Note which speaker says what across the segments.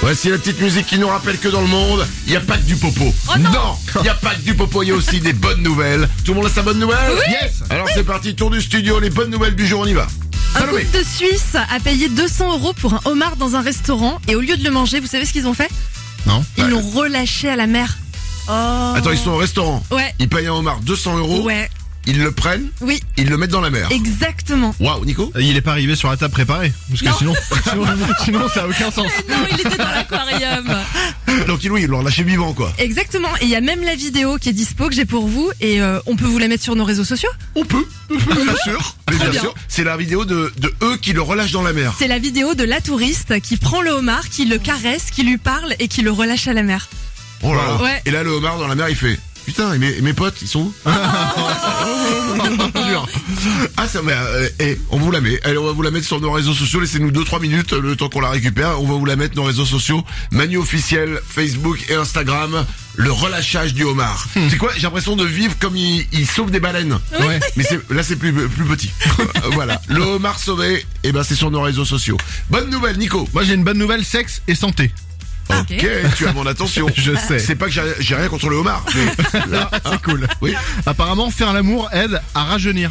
Speaker 1: Voici la petite musique qui nous rappelle que dans le monde, il n'y a pas que du popo.
Speaker 2: Oh non.
Speaker 1: il n'y a pas que du popo, il y a aussi des bonnes nouvelles. Tout le monde a sa bonne nouvelle
Speaker 2: Oui.
Speaker 1: Yes Alors c'est parti, tour du studio, les bonnes nouvelles du jour, on y va.
Speaker 2: Un
Speaker 1: Salomé.
Speaker 2: couple de Suisse a payé 200 euros pour un homard dans un restaurant et au lieu de le manger, vous savez ce qu'ils ont fait
Speaker 1: Non
Speaker 2: Ils l'ont relâché à la mer. Oh.
Speaker 1: Attends, ils Oh. sont au restaurant.
Speaker 2: Ouais.
Speaker 1: Ils payent un homard 200 euros.
Speaker 2: Ouais.
Speaker 1: Ils le prennent,
Speaker 2: Oui,
Speaker 1: ils le mettent dans la mer.
Speaker 2: exactement.
Speaker 1: Waouh, Nico
Speaker 3: Il est pas arrivé sur la table préparée. Parce que
Speaker 2: Non.
Speaker 3: sinon, sinon, sinon, ça a aucun sens.
Speaker 2: Non, il était dans l'aquarium.
Speaker 1: Donc ils oui, ils l'ont lâché vivant quoi.
Speaker 2: Exactement. Et il y a même la vidéo qui est dispo que j'ai pour vous et euh, on peut vous la mettre sur nos réseaux sociaux.
Speaker 1: On peut, bien sûr. Mais bien,
Speaker 2: bien.
Speaker 1: sûr, c'est la vidéo de, de eux qui le relâchent dans la mer.
Speaker 2: C'est la vidéo de la touriste qui prend le homard, qui le caresse, qui lui parle et qui le relâche à la mer.
Speaker 1: Oh là là.
Speaker 2: Ouais.
Speaker 1: Et là, le homard dans la mer, il fait Putain, et mes, et mes potes, ils sont où Dur. Ah, ça mais, euh, eh, on vous la met. Allez, on va vous la mettre sur nos réseaux sociaux. Laissez-nous 2-3 minutes euh, le temps qu'on la récupère. On va vous la mettre nos réseaux sociaux. Manu officiel, Facebook et Instagram. Le relâchage du homard. C'est quoi J'ai l'impression de vivre comme il, il sauve des baleines.
Speaker 3: Ouais.
Speaker 1: Mais c'est- là, c'est plus, plus petit. Euh, voilà. Le homard sauvé, et ben, c'est sur nos réseaux sociaux. Bonne nouvelle, Nico.
Speaker 3: Moi, j'ai une bonne nouvelle sexe et santé.
Speaker 2: Ah,
Speaker 1: Ok, tu as mon attention.
Speaker 3: Je sais.
Speaker 1: C'est pas que j'ai- j'ai rien contre le homard, mais là, hein.
Speaker 3: C'est cool.
Speaker 1: oui.
Speaker 3: Apparemment, faire l'amour aide à rajeunir.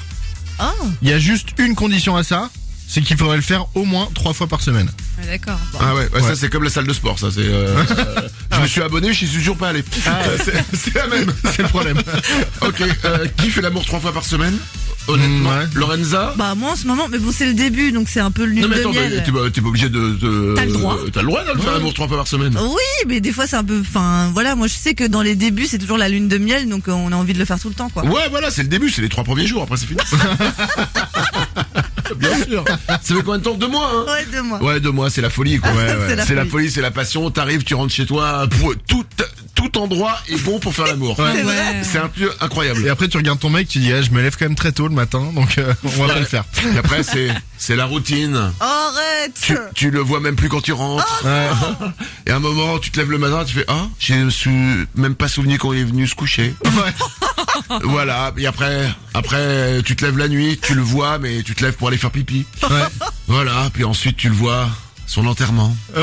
Speaker 2: Oh,
Speaker 3: Il y a juste une condition à ça, c'est qu'il faudrait le faire au moins trois fois par semaine.
Speaker 2: ouais, d'accord.
Speaker 1: Ah ouais, ouais, ça
Speaker 3: Ouais.
Speaker 1: c'est comme la salle de sport, ça c'est. euh, euh, je me suis abonné, je suis toujours pas allé.
Speaker 3: Ah
Speaker 1: Euh, c'est- c'est la même.
Speaker 3: C'est le problème.
Speaker 1: Ok, euh, qui fait l'amour trois fois par semaine Honnêtement,
Speaker 3: Mm, ouais.
Speaker 1: Lorenza.
Speaker 2: Bah moi en ce moment, mais bon c'est le début donc c'est un peu le
Speaker 1: Non mais attends, bah, mais t'es pas, t'es pas obligé de. de-
Speaker 2: T'as le droit.
Speaker 1: T'as le droit de faire l'amour trois fois par semaine.
Speaker 4: Oui, mais des fois c'est un peu. Enfin, voilà, moi je sais que dans les débuts c'est toujours la lune de miel, donc euh, on a envie de le faire tout le temps, quoi.
Speaker 1: Ouais, voilà, c'est le début, c'est les trois premiers jours, après c'est fini. Bien sûr. Ça fait combien de temps Deux mois, hein
Speaker 4: Ouais, deux mois.
Speaker 1: Ouais, deux mois, c'est la folie, quoi.
Speaker 4: Ouais, ouais. C'est la
Speaker 1: C'est la
Speaker 4: folie.
Speaker 1: folie, c'est la passion. T'arrives, tu rentres chez toi. pour- Tout, tout endroit est bon pour faire l'amour.
Speaker 3: Ouais.
Speaker 4: C'est vrai.
Speaker 1: C'est un lieu
Speaker 3: Et
Speaker 1: incroyable.
Speaker 3: après, tu regardes ton mec, tu dis, ah, je me lève quand même très tôt le matin, donc euh, on va pas le faire.
Speaker 1: Et après, c'est, c'est la routine.
Speaker 4: Arrête
Speaker 1: Tu, tu le vois même plus quand tu
Speaker 4: Ah,
Speaker 1: rentres.
Speaker 3: Ouais.
Speaker 1: Et à un moment, tu te lèves le matin, tu fais Ah, j'ai sou- même pas souvenu qu'on est venu se coucher.
Speaker 3: Ouais.
Speaker 1: voilà. Et après, après, tu te lèves la nuit, tu le vois, mais tu te lèves pour aller faire pipi.
Speaker 3: Ouais.
Speaker 1: Voilà. Puis ensuite, tu le vois, son enterrement.
Speaker 4: Ah,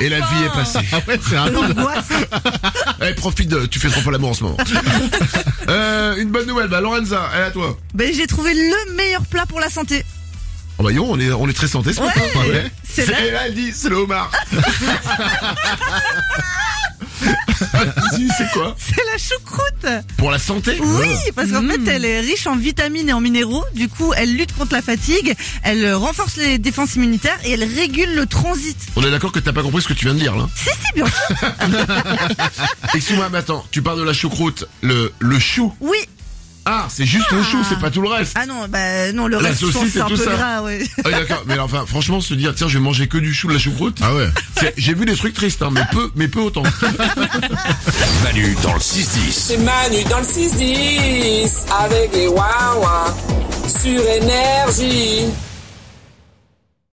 Speaker 1: Et la vie est passée.
Speaker 3: Ah ouais, c'est rapide.
Speaker 4: L'angoisse.
Speaker 1: Eh, profite, de- tu fais trop fois l'amour en ce moment. euh, une bonne nouvelle, bah Lorenza, elle à toi.
Speaker 4: Ben j'ai trouvé le meilleur plat pour la santé.
Speaker 1: Oh bah yo, on est, on est très santé ce matin. hein,
Speaker 3: Ouais.
Speaker 4: C'est
Speaker 1: C'est-
Speaker 4: là.
Speaker 1: et là, elle dit, c'est le homard. Si, c'est Ah. Mm. quoi
Speaker 4: C'est la choucroute
Speaker 1: Pour la santé
Speaker 4: Oui, parce qu'en fait, elle est riche en vitamines et en minéraux. Du coup, elle lutte contre la fatigue, elle euh, renforce les défenses immunitaires et elle régule le transit.
Speaker 1: On est d'accord que t'as pas compris ce que tu viens de dire là.
Speaker 4: Si, si, bien sûr.
Speaker 1: Excuse-moi, mais attends, tu parles de la choucroute, le, le chou.
Speaker 4: Oui.
Speaker 1: Ah, c'est juste le chou, c'est pas tout le reste.
Speaker 4: Ah non, bah non, le
Speaker 1: La
Speaker 4: reste, je pense,
Speaker 1: saucisse
Speaker 4: c'est
Speaker 1: et
Speaker 4: un
Speaker 1: tout
Speaker 4: peu
Speaker 1: ça.
Speaker 4: gras, ouais.
Speaker 1: Ah, d'accord, mais enfin, franchement, se dire, tiens, je vais manger que du chou de la choucroute.
Speaker 3: Ah ouais.
Speaker 1: c'est- J'ai vu des trucs tristes, hein, mais peu, mais peu autant.
Speaker 5: Manu dans le 6-10.
Speaker 6: C'est Manu dans le 6-10 avec les Wawa sur énergie.